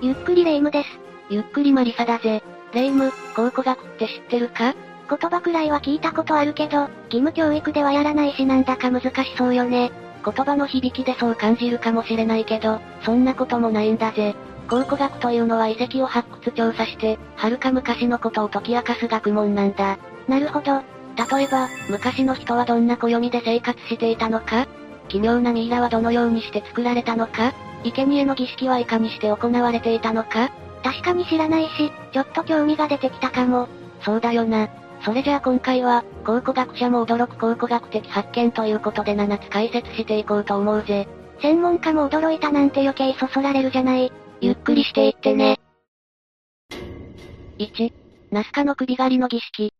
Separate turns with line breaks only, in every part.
ゆっくりレ夢ムです。
ゆっくりマリサだぜ。レ夢ム、考古学って知ってるか
言葉くらいは聞いたことあるけど、義務教育ではやらないしなんだか難しそうよね。
言葉の響きでそう感じるかもしれないけど、そんなこともないんだぜ。考古学というのは遺跡を発掘調査して、遥か昔のことを解き明かす学問なんだ。
なるほど。
例えば、昔の人はどんな暦で生活していたのか奇妙なミイラはどのようにして作られたのか生贄の儀式はいかにして行われていたのか
確かに知らないし、ちょっと興味が出てきたかも。
そうだよな。それじゃあ今回は、考古学者も驚く考古学的発見ということで7つ解説していこうと思うぜ。
専門家も驚いたなんて余計そそられるじゃない。
ゆっくりしていってね。1、ナスカの首狩りの儀式。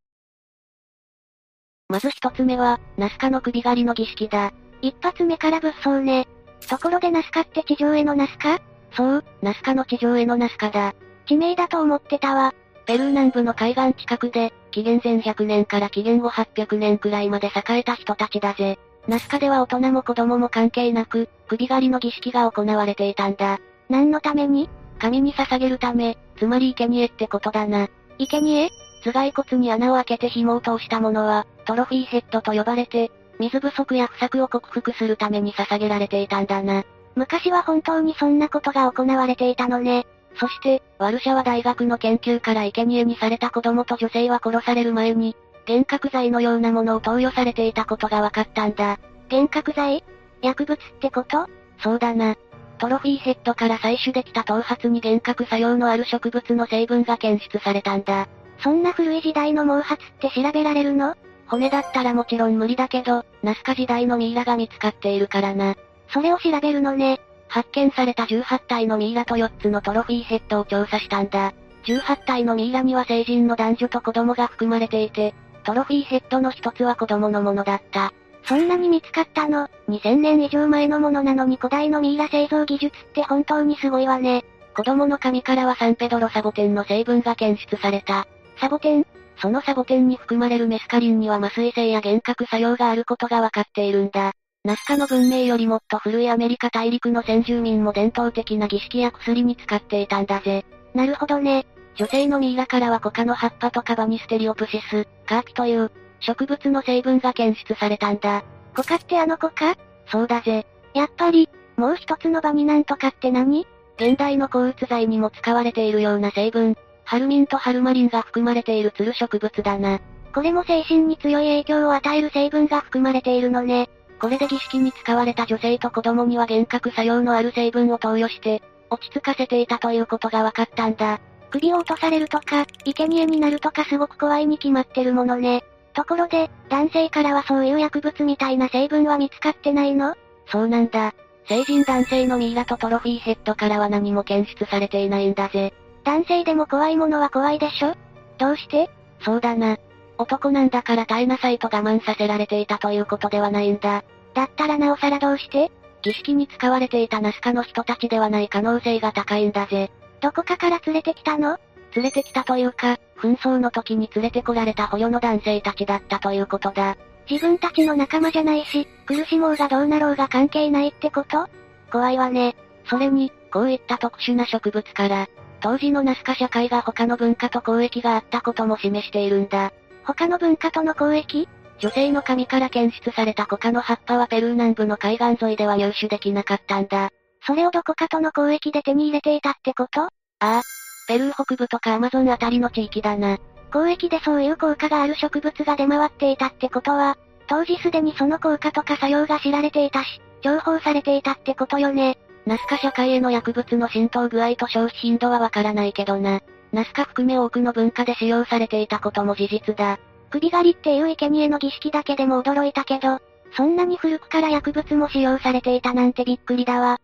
まず一つ目は、ナスカの首狩りの儀式だ。
一発目から物騒ね。ところでナスカって地上絵のナスカ
そう、ナスカの地上絵のナスカだ。
地名だと思ってたわ。
ペルー南部の海岸近くで、紀元前100年から紀元後800年くらいまで栄えた人たちだぜ。ナスカでは大人も子供も関係なく、首狩りの儀式が行われていたんだ。
何のために
神に捧げるため、つまり生贄ってことだな。
生贄
頭蓋骨に穴を開けて紐を通したものは、トロフィーヘッドと呼ばれて、水不足や不作を克服するために捧げられていたんだな。
昔は本当にそんなことが行われていたのね。
そして、ワルシャワ大学の研究から生贄にされた子供と女性は殺される前に、幻覚剤のようなものを投与されていたことが分かったんだ。
幻覚剤薬物ってこと
そうだな。トロフィーヘッドから採取できた頭髪に幻覚作用のある植物の成分が検出されたんだ。
そんな古い時代の毛髪って調べられるの
骨だったらもちろん無理だけど、ナスカ時代のミイラが見つかっているからな。
それを調べるのね。
発見された18体のミイラと4つのトロフィーヘッドを調査したんだ。18体のミイラには成人の男女と子供が含まれていて、トロフィーヘッドの1つは子供のものだった。
そんなに見つかったの ?2000 年以上前のものなのに古代のミイラ製造技術って本当にすごいわね。
子供の髪からはサンペドロサボテンの成分が検出された。
サボテン
そのサボテンに含まれるメスカリンには麻酔性や幻覚作用があることがわかっているんだ。ナスカの文明よりもっと古いアメリカ大陸の先住民も伝統的な儀式や薬に使っていたんだぜ。
なるほどね。
女性のミイラからはコカの葉っぱとカバニステリオプシス、カーキという植物の成分が検出されたんだ。
コカってあのコカ
そうだぜ。
やっぱり、もう一つの場になんとかって何
現代の抗うつ剤にも使われているような成分、ハルミンとハルマリンが含まれているツル植物だな。
これも精神に強い影響を与える成分が含まれているのね。
これで儀式に使われた女性と子供には幻覚作用のある成分を投与して、落ち着かせていたということが分かったんだ。
首を落とされるとか、生贄になるとかすごく怖いに決まってるものね。ところで、男性からはそういう薬物みたいな成分は見つかってないの
そうなんだ。成人男性のミイラとトロフィーヘッドからは何も検出されていないんだぜ。
男性でも怖いものは怖いでしょどうして
そうだな。男なんだから耐えなさいと我慢させられていたということではないんだ。
だったらなおさらどうして
儀式に使われていたナスカの人たちではない可能性が高いんだぜ。
どこかから連れてきたの
連れてきたというか、紛争の時に連れてこられた捕虜の男性たちだったということだ。
自分たちの仲間じゃないし、苦しもうがどうなろうが関係ないってこと
怖いわね。それに、こういった特殊な植物から、当時のナスカ社会が他の文化と交易があったことも示しているんだ。
他の文化との交易
女性の髪から検出されたコカの葉っぱはペルー南部の海岸沿いでは入手できなかったんだ。
それをどこかとの交易で手に入れていたってことあ
あ。ペルー北部とかアマゾンあたりの地域だな。
交易でそういう効果がある植物が出回っていたってことは、当時すでにその効果とか作用が知られていたし、重宝されていたってことよね。
ナスカ社会への薬物の浸透具合と消費頻度はわからないけどな。ナスカ含め多くの文化で使用されていたことも事実だ。
首狩りっていう生贄の儀式だけでも驚いたけど、そんなに古くから薬物も使用されていたなんてびっくりだわ。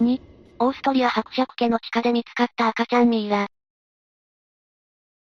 2、オーストリア伯爵家の地下で見つかった赤ちゃんミイラ。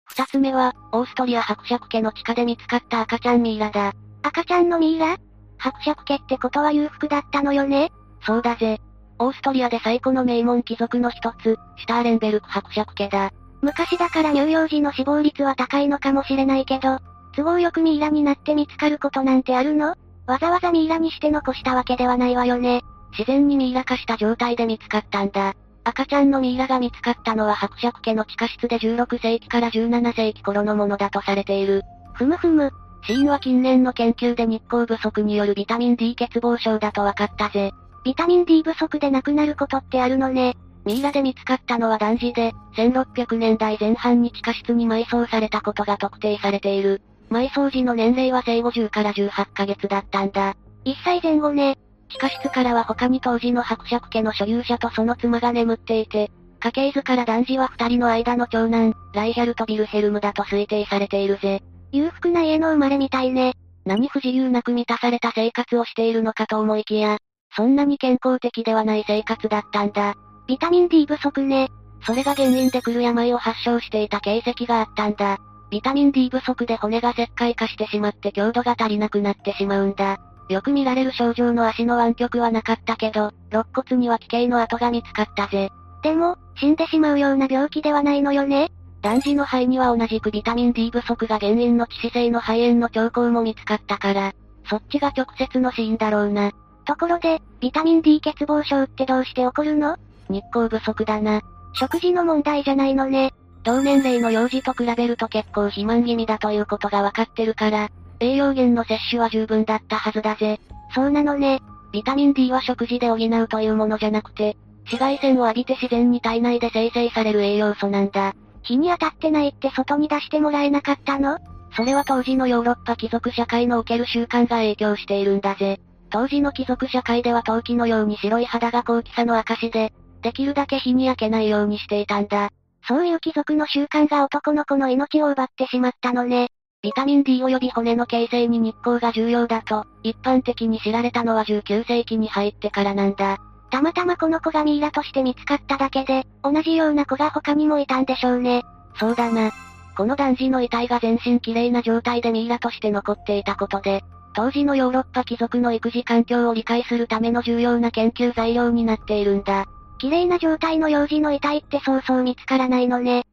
二つ目は、オーストリア伯爵家の地下で見つかった赤ちゃんミイラだ。
赤ちゃんのミイラ伯爵家ってことは裕福だったのよね
そうだぜ。オーストリアで最古の名門貴族の一つ、シュターレンベルク伯爵家だ。
昔だから乳幼児の死亡率は高いのかもしれないけど、都合よくミイラになって見つかることなんてあるのわざわざミイラにして残したわけではないわよね。
自然にミイラ化した状態で見つかったんだ。赤ちゃんのミイラが見つかったのは伯爵家の地下室で16世紀から17世紀頃のものだとされている。
ふむふむ、
死因は近年の研究で日光不足によるビタミン D 欠乏症だと分かったぜ。
ビタミン D 不足で亡くなることってあるのね。
ミイラで見つかったのは男児で、1600年代前半に地下室に埋葬されたことが特定されている。埋葬時の年齢は生後10から18ヶ月だったんだ。
1歳前後ね。
地下室からは他に当時の伯爵家の所有者とその妻が眠っていて、家系図から男児は二人の間の長男、ライヒャルとビルヘルムだと推定されているぜ。
裕福な家の生まれみたいね。
何不自由なく満たされた生活をしているのかと思いきや、そんなに健康的ではない生活だったんだ。
ビタミン D 不足ね。
それが原因で来る病を発症していた形跡があったんだ。ビタミン D 不足で骨が石灰化してしまって強度が足りなくなってしまうんだ。よく見られる症状の足の湾曲はなかったけど、肋骨には奇形の跡が見つかったぜ。
でも、死んでしまうような病気ではないのよね。
男児の肺には同じくビタミン D 不足が原因の致死性の肺炎の兆候も見つかったから、そっちが直接の死因だろうな。
ところで、ビタミン D 欠乏症ってどうして起こるの
日光不足だな。
食事の問題じゃないのね。
同年齢の幼児と比べると結構肥満気味だということがわかってるから、栄養源の摂取は十分だったはずだぜ。
そうなのね。
ビタミン D は食事で補うというものじゃなくて、紫外線を浴びて自然に体内で生成される栄養素なんだ。
日に当たってないって外に出してもらえなかったの
それは当時のヨーロッパ貴族社会の受ける習慣が影響しているんだぜ。当時の貴族社会では陶器のように白い肌が高貴さの証で、できるだけ日に焼けないようにしていたんだ。
そういう貴族の習慣が男の子の命を奪ってしまったのね。
ビタミン D 及び骨の形成に日光が重要だと、一般的に知られたのは19世紀に入ってからなんだ。
たまたまこの子がミイラとして見つかっただけで、同じような子が他にもいたんでしょうね。
そうだな。この男児の遺体が全身綺麗な状態でミイラとして残っていたことで、当時のヨーロッパ貴族の育児環境を理解するための重要な研究材料になっているんだ。
綺麗な状態の幼児の遺体ってそうそう見つからないのね。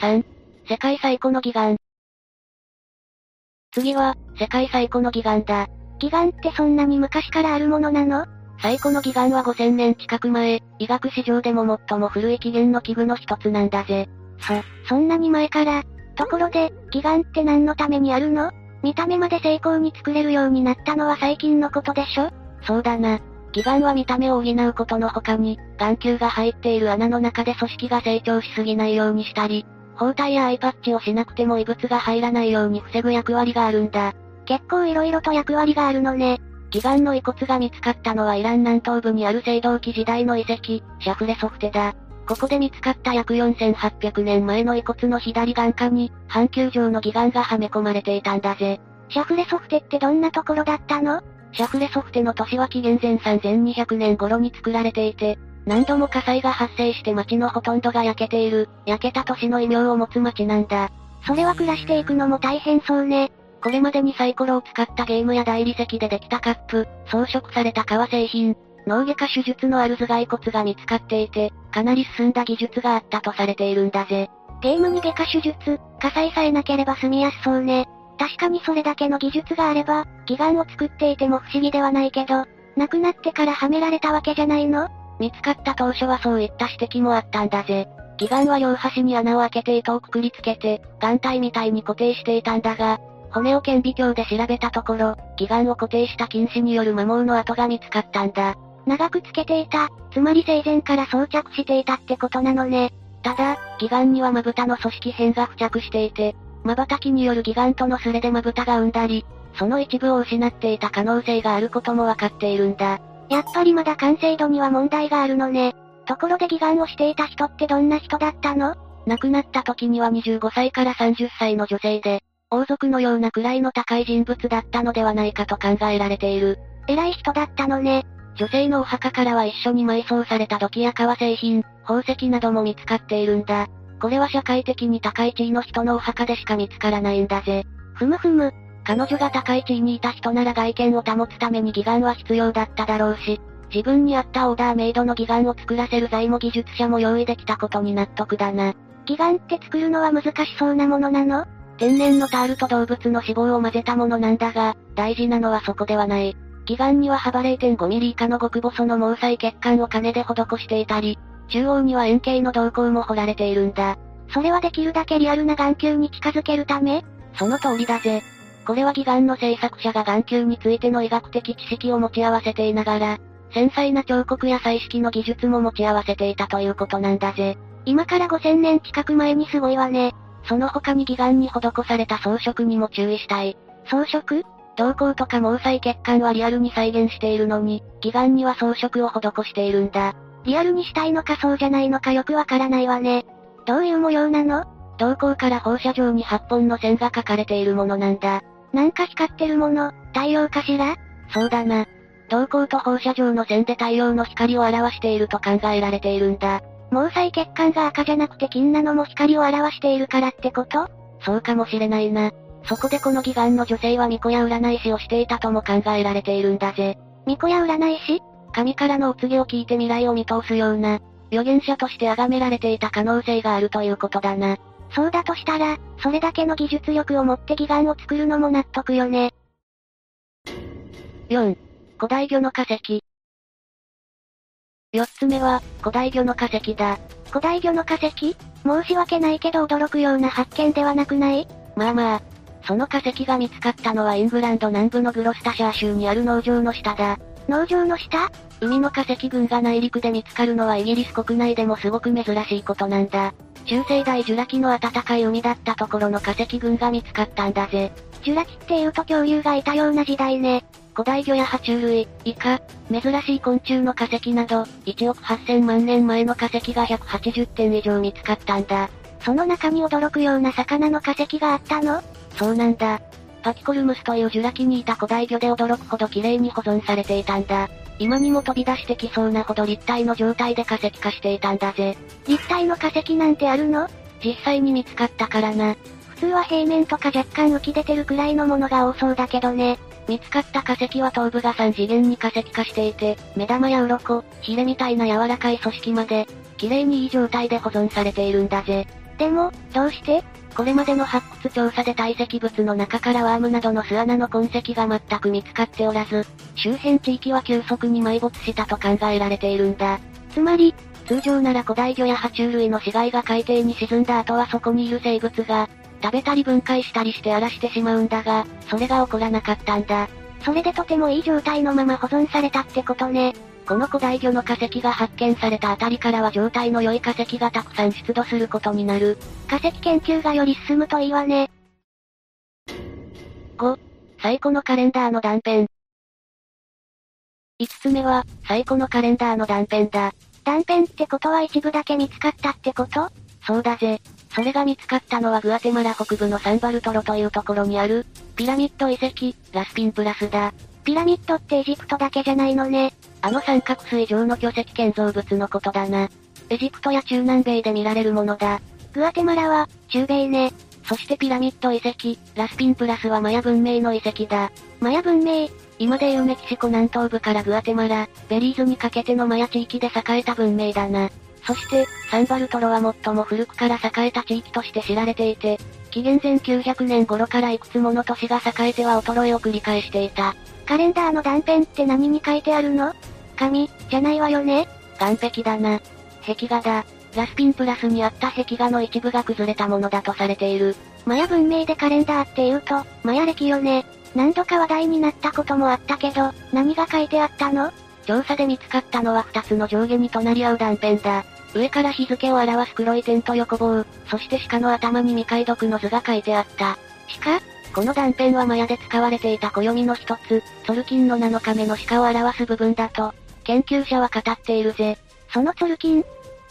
3、世界最古の義眼。次は、世界最古の義眼だ。
義眼ってそんなに昔からあるものなの
最古の義眼は5000年近く前、医学史上でも最も古い起源の器具の一つなんだぜ。
そ、そんなに前から。ところで、義眼って何のためにあるの見た目まで成功に作れるようになったのは最近のことでしょ
そうだな。義眼は見た目を補うことの他に、眼球が入っている穴の中で組織が成長しすぎないようにしたり、包帯やアイパッチをしなくても異物が入らないように防ぐ役割があるんだ。
結構色々と役割があるのね。
義眼の遺骨が見つかったのはイラン南東部にある青銅器時代の遺跡、シャフレソフテだ。ここで見つかった約4800年前の遺骨の左眼下に、半球状の義眼がはめ込まれていたんだぜ。
シャフレソフテってどんなところだったの
シャフレソフテの年は紀元前3200年頃に作られていて、何度も火災が発生して町のほとんどが焼けている、焼けた都市の異名を持つ町なんだ。
それは暮らしていくのも大変そうね。
これまでにサイコロを使ったゲームや大理石でできたカップ、装飾された革製品、脳外科手術のある頭蓋骨が見つかっていて、かなり進んだ技術があったとされているんだぜ。
ゲームに外科手術、火災さえなければ住みやすそうね。確かにそれだけの技術があれば、義眼を作っていても不思議ではないけど、亡くなってからはめられたわけじゃないの
見つかった当初はそういった指摘もあったんだぜ。義眼は両端に穴を開けて糸をくくりつけて、眼帯みたいに固定していたんだが、骨を顕微鏡で調べたところ、義眼を固定した菌糸による摩耗の跡が見つかったんだ。
長くつけていた、つまり生前から装着していたってことなのね。
ただ、義眼にはまぶたの組織片が付着していて、瞬きによる義眼とのスレでまぶたが生んだり、その一部を失っていた可能性があることもわかっているんだ。
やっぱりまだ完成度には問題があるのね。ところで義眼をしていた人ってどんな人だったの
亡くなった時には25歳から30歳の女性で、王族のような位の高い人物だったのではないかと考えられている。
偉い人だったのね。
女性のお墓からは一緒に埋葬された土器や革製品、宝石なども見つかっているんだ。これは社会的に高い地位の人のお墓でしか見つからないんだぜ。
ふむふむ。
彼女が高い地位にいた人なら外見を保つために義眼は必要だっただろうし、自分に合ったオーダーメイドの義眼を作らせる財も技術者も用意できたことに納得だな。
義眼って作るのは難しそうなものなの
天然のタールと動物の脂肪を混ぜたものなんだが、大事なのはそこではない。義眼には幅0.5ミリ以下の極細の毛細血管を金で施していたり、中央には円形の動向も掘られているんだ。
それはできるだけリアルな眼球に近づけるため
その通りだぜ。これは義眼の制作者が眼球についての医学的知識を持ち合わせていながら、繊細な彫刻や彩色の技術も持ち合わせていたということなんだぜ。
今から5000年近く前にすごいわね。
その他に義眼に施された装飾にも注意したい。
装飾
瞳孔とか毛細血管はリアルに再現しているのに、義眼には装飾を施しているんだ。
リアルにしたいのかそうじゃないのかよくわからないわね。どういう模様なの
瞳孔から放射状に8本の線が書かれているものなんだ。
なんか光ってるもの、太陽かしら
そうだな。瞳孔と放射状の線で太陽の光を表していると考えられているんだ。
毛細血管が赤じゃなくて金なのも光を表しているからってこと
そうかもしれないな。そこでこの義眼の女性は巫女や占い師をしていたとも考えられているんだぜ。
巫女や占い師
神からのお告げを聞いて未来を見通すような、預言者として崇められていた可能性があるということだな。
そうだとしたら、それだけの技術力を持って義眼を作るのも納得よね。
4. 古代魚の化石。4つ目は、古代魚の化石だ。
古代魚の化石申し訳ないけど驚くような発見ではなくない
まあまあ。その化石が見つかったのはイングランド南部のグロスタシャー州にある農場の下だ。
農場の下
海の化石群が内陸で見つかるのはイギリス国内でもすごく珍しいことなんだ。中生代ジュラ紀の暖かい海だったところの化石群が見つかったんだぜ。
ジュラ紀って言うと恐竜がいたような時代ね。
古代魚や爬虫類、イカ、珍しい昆虫の化石など、1億8000万年前の化石が180点以上見つかったんだ。
その中に驚くような魚の化石があったの
そうなんだ。パキコルムスというジュラ紀にいた古代魚で驚くほど綺麗に保存されていたんだ。今にも飛び出してきそうなほど立体の状態で化石化していたんだぜ。
立体の化石なんてあるの
実際に見つかったからな。
普通は平面とか若干浮き出てるくらいのものが多そうだけどね。
見つかった化石は頭部が3次元に化石化していて、目玉や鱗、ヒレみたいな柔らかい組織まで、綺麗にいい状態で保存されているんだぜ。
でも、どうして
これまでの発掘調査で堆積物の中からワームなどの巣穴の痕跡が全く見つかっておらず、周辺地域は急速に埋没したと考えられているんだ。
つまり、
通常なら古代魚や爬虫類の死骸が海底に沈んだ後はそこにいる生物が、食べたり分解したりして荒らしてしまうんだが、それが起こらなかったんだ。
それでとてもいい状態のまま保存されたってことね。
この古代魚の化石が発見されたあたりからは状態の良い化石がたくさん出土することになる。
化石研究がより進むといいわね。
5. 最古のカレンダーの断片。5つ目は、最古のカレンダーの断片だ。
断片ってことは一部だけ見つかったってこと
そうだぜ。それが見つかったのはグアテマラ北部のサンバルトロというところにある、ピラミッド遺跡、ラスピンプラスだ。
ピラミッドってエジプトだけじゃないのね。
あの三角錐状の巨石建造物のことだな。エジプトや中南米で見られるものだ。
グアテマラは、中米ね。
そしてピラミッド遺跡、ラスピンプラスはマヤ文明の遺跡だ。
マヤ文明、
今でいうメキシコ南東部からグアテマラ、ベリーズにかけてのマヤ地域で栄えた文明だな。そして、サンバルトロは最も古くから栄えた地域として知られていて、紀元前900年頃からいくつもの都市が栄えては衰えを繰り返していた。
カレンダーの断片って何に書いてあるの紙、じゃないわよね。
岩壁だな。壁画だ。ラスピンプラスにあった壁画の一部が崩れたものだとされている。
マヤ文明でカレンダーって言うと、マヤ歴よね。何度か話題になったこともあったけど、何が書いてあったの
調査で見つかったのは2つの上下に隣り合う断片だ。上から日付を表す黒い点と横棒、そして鹿の頭に未解読の図が書いてあった。
鹿
この断片はマヤで使われていた暦の一つ、ツォルキンの7日目の鹿を表す部分だと、研究者は語っているぜ。
そのツォルキンっ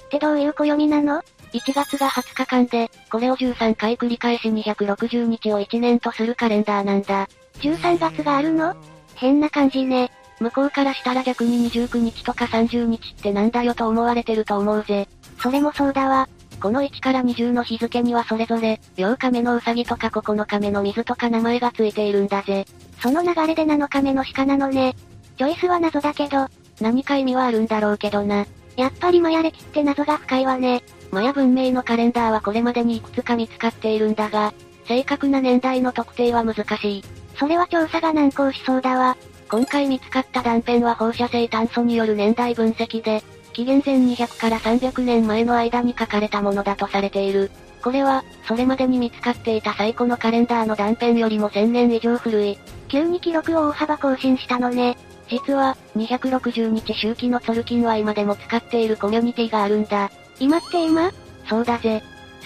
てどういう暦なの
?1 月が20日間で、これを13回繰り返し260日を1年とするカレンダーなんだ。
13月があるの変な感じね。
向こうからしたら逆に29日とか30日ってなんだよと思われてると思うぜ。
それもそうだわ。
この1から20の日付にはそれぞれ、8日目のうさぎとか9日目の水とか名前がついているんだぜ。
その流れで7日目の鹿なのね。チョイスは謎だけど、
何か意味はあるんだろうけどな。
やっぱりマヤ歴って謎が深いわね。
マヤ文明のカレンダーはこれまでにいくつか見つかっているんだが、正確な年代の特定は難しい。
それは調査が難航しそうだわ。
今回見つかった断片は放射性炭素による年代分析で、紀元前200から300年前の間に書かれたものだとされている。これは、それまでに見つかっていた最古のカレンダーの断片よりも1000年以上古い。
急に記録を大幅更新したのね。
実は、260日周期のツォルキンは今でも使っているコミュニティがあるんだ。
今って今
そうだぜ。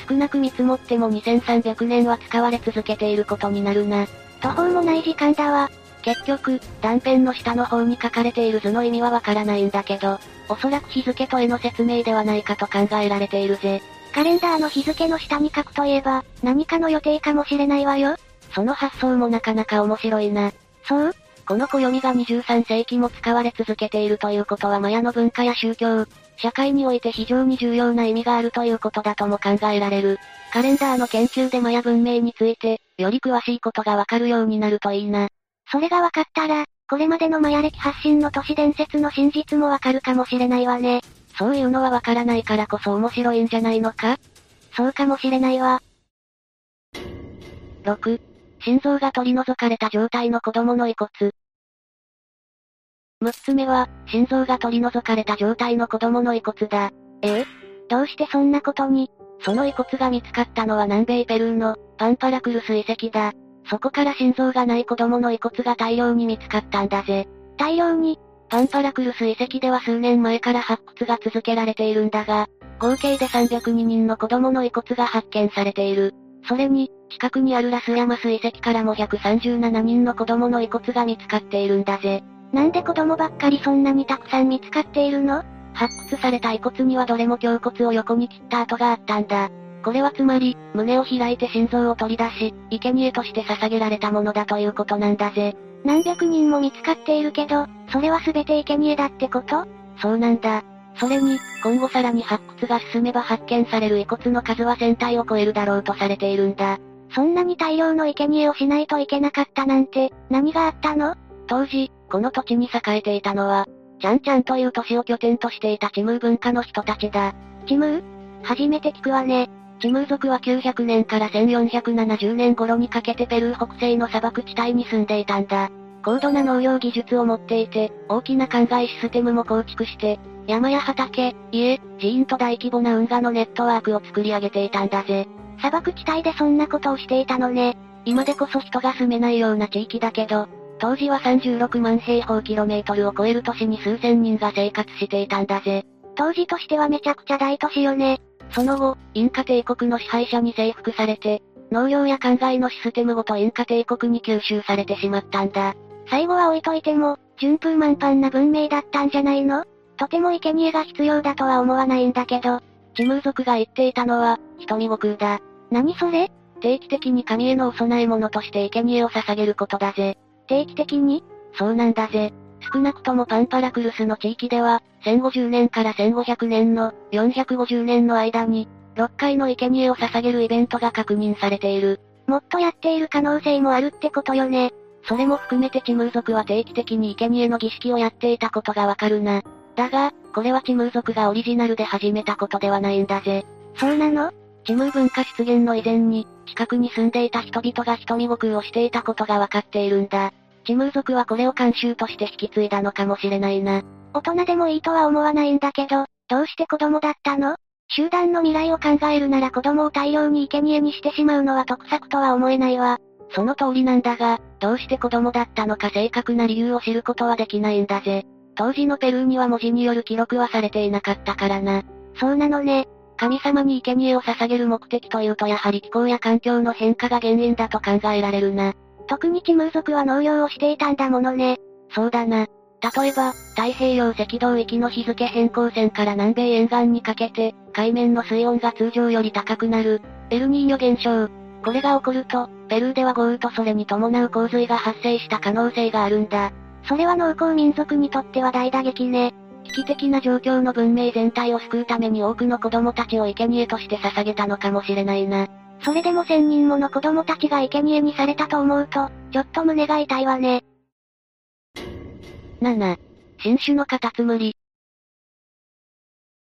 少なく見積もっても2300年は使われ続けていることになるな。
途方もない時間だわ。
結局、断片の下の方に書かれている図の意味はわからないんだけど、おそらく日付と絵の説明ではないかと考えられているぜ。
カレンダーの日付の下に書くといえば、何かの予定かもしれないわよ。
その発想もなかなか面白いな。
そう
この暦が23世紀も使われ続けているということはマヤの文化や宗教、社会において非常に重要な意味があるということだとも考えられる。カレンダーの研究でマヤ文明について、より詳しいことがわかるようになるといいな。
それがわかったら、これまでのマヤ歴発信の都市伝説の真実もわかるかもしれないわね。
そういうのはわからないからこそ面白いんじゃないのか
そうかもしれないわ。
6、心臓が取り除かれた状態の子供の遺骨。6つ目は、心臓が取り除かれた状態の子供の遺骨だ。
ええどうしてそんなことに
その遺骨が見つかったのは南米ペルーの、パンパラクルス遺跡だ。そこから心臓がない子供の遺骨が大量に見つかったんだぜ。
大量に
パンパラクルス遺跡では数年前から発掘が続けられているんだが、合計で302人の子供の遺骨が発見されている。それに、近くにあるラスヤマス遺跡からも137人の子供の遺骨が見つかっているんだぜ。
なんで子供ばっかりそんなにたくさん見つかっているの
発掘された遺骨にはどれも胸骨を横に切った跡があったんだ。これはつまり、胸を開いて心臓を取り出し、生贄として捧げられたものだということなんだぜ。
何百人も見つかっているけど、それは全て生贄だってこと
そうなんだ。それに、今後さらに発掘が進めば発見される遺骨の数は1000体を超えるだろうとされているんだ。
そんなに大量の生贄をしないといけなかったなんて、何があったの
当時、この土地に栄えていたのは、ちゃんちゃんという都市を拠点としていたチムー文化の人たちだ。
チムー初めて聞くわね。
チムー族は900年から1470年頃にかけてペルー北西の砂漠地帯に住んでいたんだ。高度な農業技術を持っていて、大きな灌漑システムも構築して、山や畑、家、寺院と大規模な運河のネットワークを作り上げていたんだぜ。
砂漠地帯でそんなことをしていたのね。
今でこそ人が住めないような地域だけど、当時は36万平方キロメートルを超える都市に数千人が生活していたんだぜ。
当時としてはめちゃくちゃ大都市よね。
その後、インカ帝国の支配者に征服されて、農業や灌漑のシステムごとインカ帝国に吸収されてしまったんだ。
最後は置いといても、順風満帆な文明だったんじゃないのとても生贄が必要だとは思わないんだけど、
チムー族が言っていたのは、瞳悟空だ。
何それ
定期的に神へのお供え物として生贄を捧げることだぜ。
定期的に
そうなんだぜ。少なくともパンパラクルスの地域では、1050年から1500年の450年の間に、6回の生贄を捧げるイベントが確認されている。
もっとやっている可能性もあるってことよね。
それも含めてチムー族は定期的に生贄の儀式をやっていたことがわかるな。だが、これはチムー族がオリジナルで始めたことではないんだぜ。
そうなの
チムー文化出現の以前に、近くに住んでいた人々が瞳悟空をしていたことがわかっているんだ。チムー族はこれを慣習として引き継いだのかもしれないな。
大人でもいいとは思わないんだけど、どうして子供だったの集団の未来を考えるなら子供を大量に生贄にしてしまうのは得策とは思えないわ。
その通りなんだが、どうして子供だったのか正確な理由を知ることはできないんだぜ。当時のペルーには文字による記録はされていなかったからな。
そうなのね。
神様に生贄を捧げる目的というとやはり気候や環境の変化が原因だと考えられるな。
特にチムー族は農業をしていたんだものね。
そうだな。例えば、太平洋赤道域の日付変更線から南米沿岸にかけて、海面の水温が通常より高くなる、エルニーニョ現象。これが起こると、ペルーでは豪雨とそれに伴う洪水が発生した可能性があるんだ。
それは農耕民族にとっては大打撃ね。
危機的な状況の文明全体を救うために多くの子供たちを生贄として捧げたのかもしれないな。
それでも千人もの子供たちが生贄にされたと思うと、ちょっと胸が痛いわね。
7、新種のカタツムリ。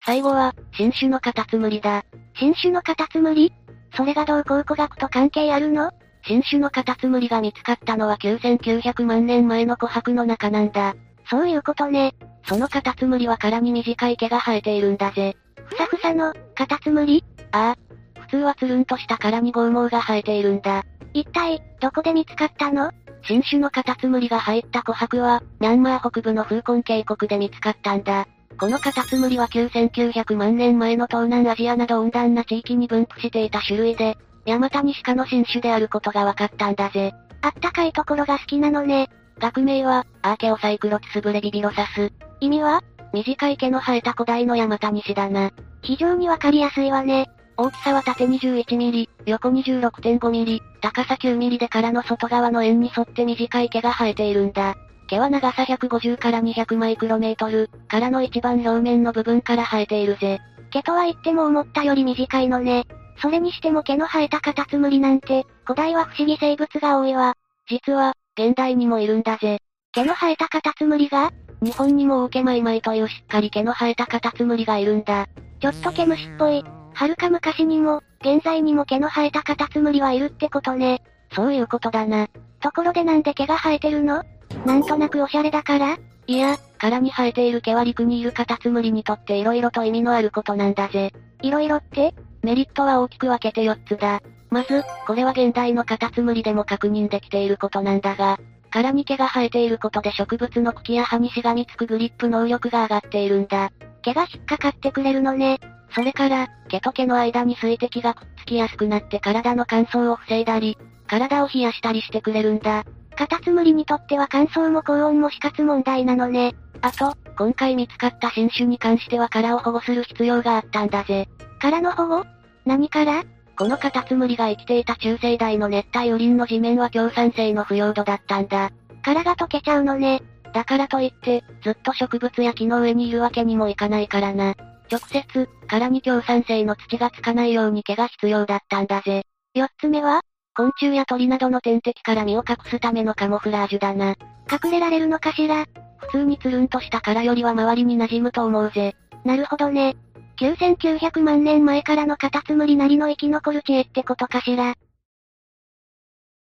最後は、新種のカタツムリだ。
新種のカタツムリそれがどう考古学と関係あるの
新種のカタツムリが見つかったのは9900万年前の琥珀の中なんだ。
そういうことね。
そのカタツムリは殻に短い毛が生えているんだぜ。
ふさふさの、カタツムリ
ああ。普通はつるんとした殻に剛毛が生えているんだ。
一体、どこで見つかったの
新種のカタツムリが入った琥珀は、ミャンマー北部の風根渓谷で見つかったんだ。このカタツムリは9900万年前の東南アジアなど温暖な地域に分布していた種類で、ヤマタニシカの新種であることが分かったんだぜ。
あったかいところが好きなのね。
学名は、アーケオサイクロプスブレビビロサス。
意味は
短い毛の生えた古代のヤマタニシだな。
非常にわかりやすいわね。
大きさは縦21ミリ、横26.5ミリ、高さ9ミリで殻の外側の円に沿って短い毛が生えているんだ。毛は長さ150から200マイクロメートル、殻の一番表面の部分から生えているぜ。
毛とは言っても思ったより短いのね。それにしても毛の生えたカタツムリなんて、古代は不思議生物が多いわ。
実は、現代にもいるんだぜ。
毛の生えたカタツムリが
日本にもオーケマイマイというしっかり毛の生えたカタツムリがいるんだ。
ちょっと毛虫っぽい。はるか昔にも、現在にも毛の生えたカタツムリはいるってことね。
そういうことだな。
ところでなんで毛が生えてるのなんとなくオシャレだから
いや、殻に生えている毛は陸にいるカタツムリにとって色々と意味のあることなんだぜ。
色々って
メリットは大きく分けて4つだ。まず、これは現代のカタツムリでも確認できていることなんだが、殻に毛が生えていることで植物の茎や葉にしがみつくグリップ能力が上がっているんだ。
毛が引っかかってくれるのね。
それから、毛と毛の間に水滴がくっつきやすくなって体の乾燥を防いだり、体を冷やしたりしてくれるんだ。
カタツムリにとっては乾燥も高温も死活問題なのね。
あと、今回見つかった新種に関しては殻を保護する必要があったんだぜ。
殻の保護何から
このカタツムリが生きていた中世代の熱帯雨林の地面は共産性の不要度だったんだ。
殻が溶けちゃうのね。
だからといって、ずっと植物や木の上にいるわけにもいかないからな。直接、殻に共産性の土がつかないように毛が必要だったんだぜ。
四つ目は
昆虫や鳥などの天敵から身を隠すためのカモフラージュだな。
隠れられるのかしら
普通につるんとした殻よりは周りに馴染むと思うぜ。
なるほどね。9900万年前からのカタツムリなりの生き残る知恵ってことかしら。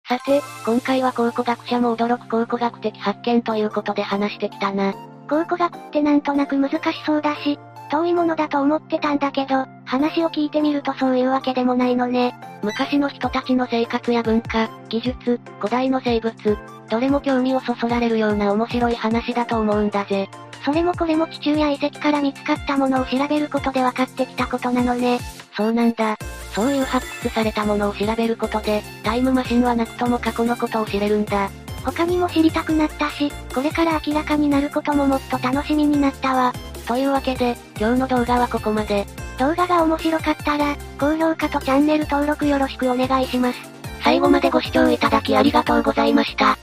さて、今回は考古学者も驚く考古学的発見ということで話してきたな。
考古学ってなんとなく難しそうだし、遠いものだと思ってたんだけど、話を聞いてみるとそういうわけでもないのね。
昔の人たちの生活や文化、技術、古代の生物、どれも興味をそそられるような面白い話だと思うんだぜ。
それもこれも地中や遺跡から見つかったものを調べることで分かってきたことなのね。
そうなんだ。そういう発掘されたものを調べることで、タイムマシンはなくとも過去のことを知れるんだ。
他にも知りたくなったし、これから明らかになることももっと楽しみになったわ。
というわけで、今日の動画はここまで。
動画が面白かったら、高評価とチャンネル登録よろしくお願いします。
最後までご視聴いただきありがとうございました。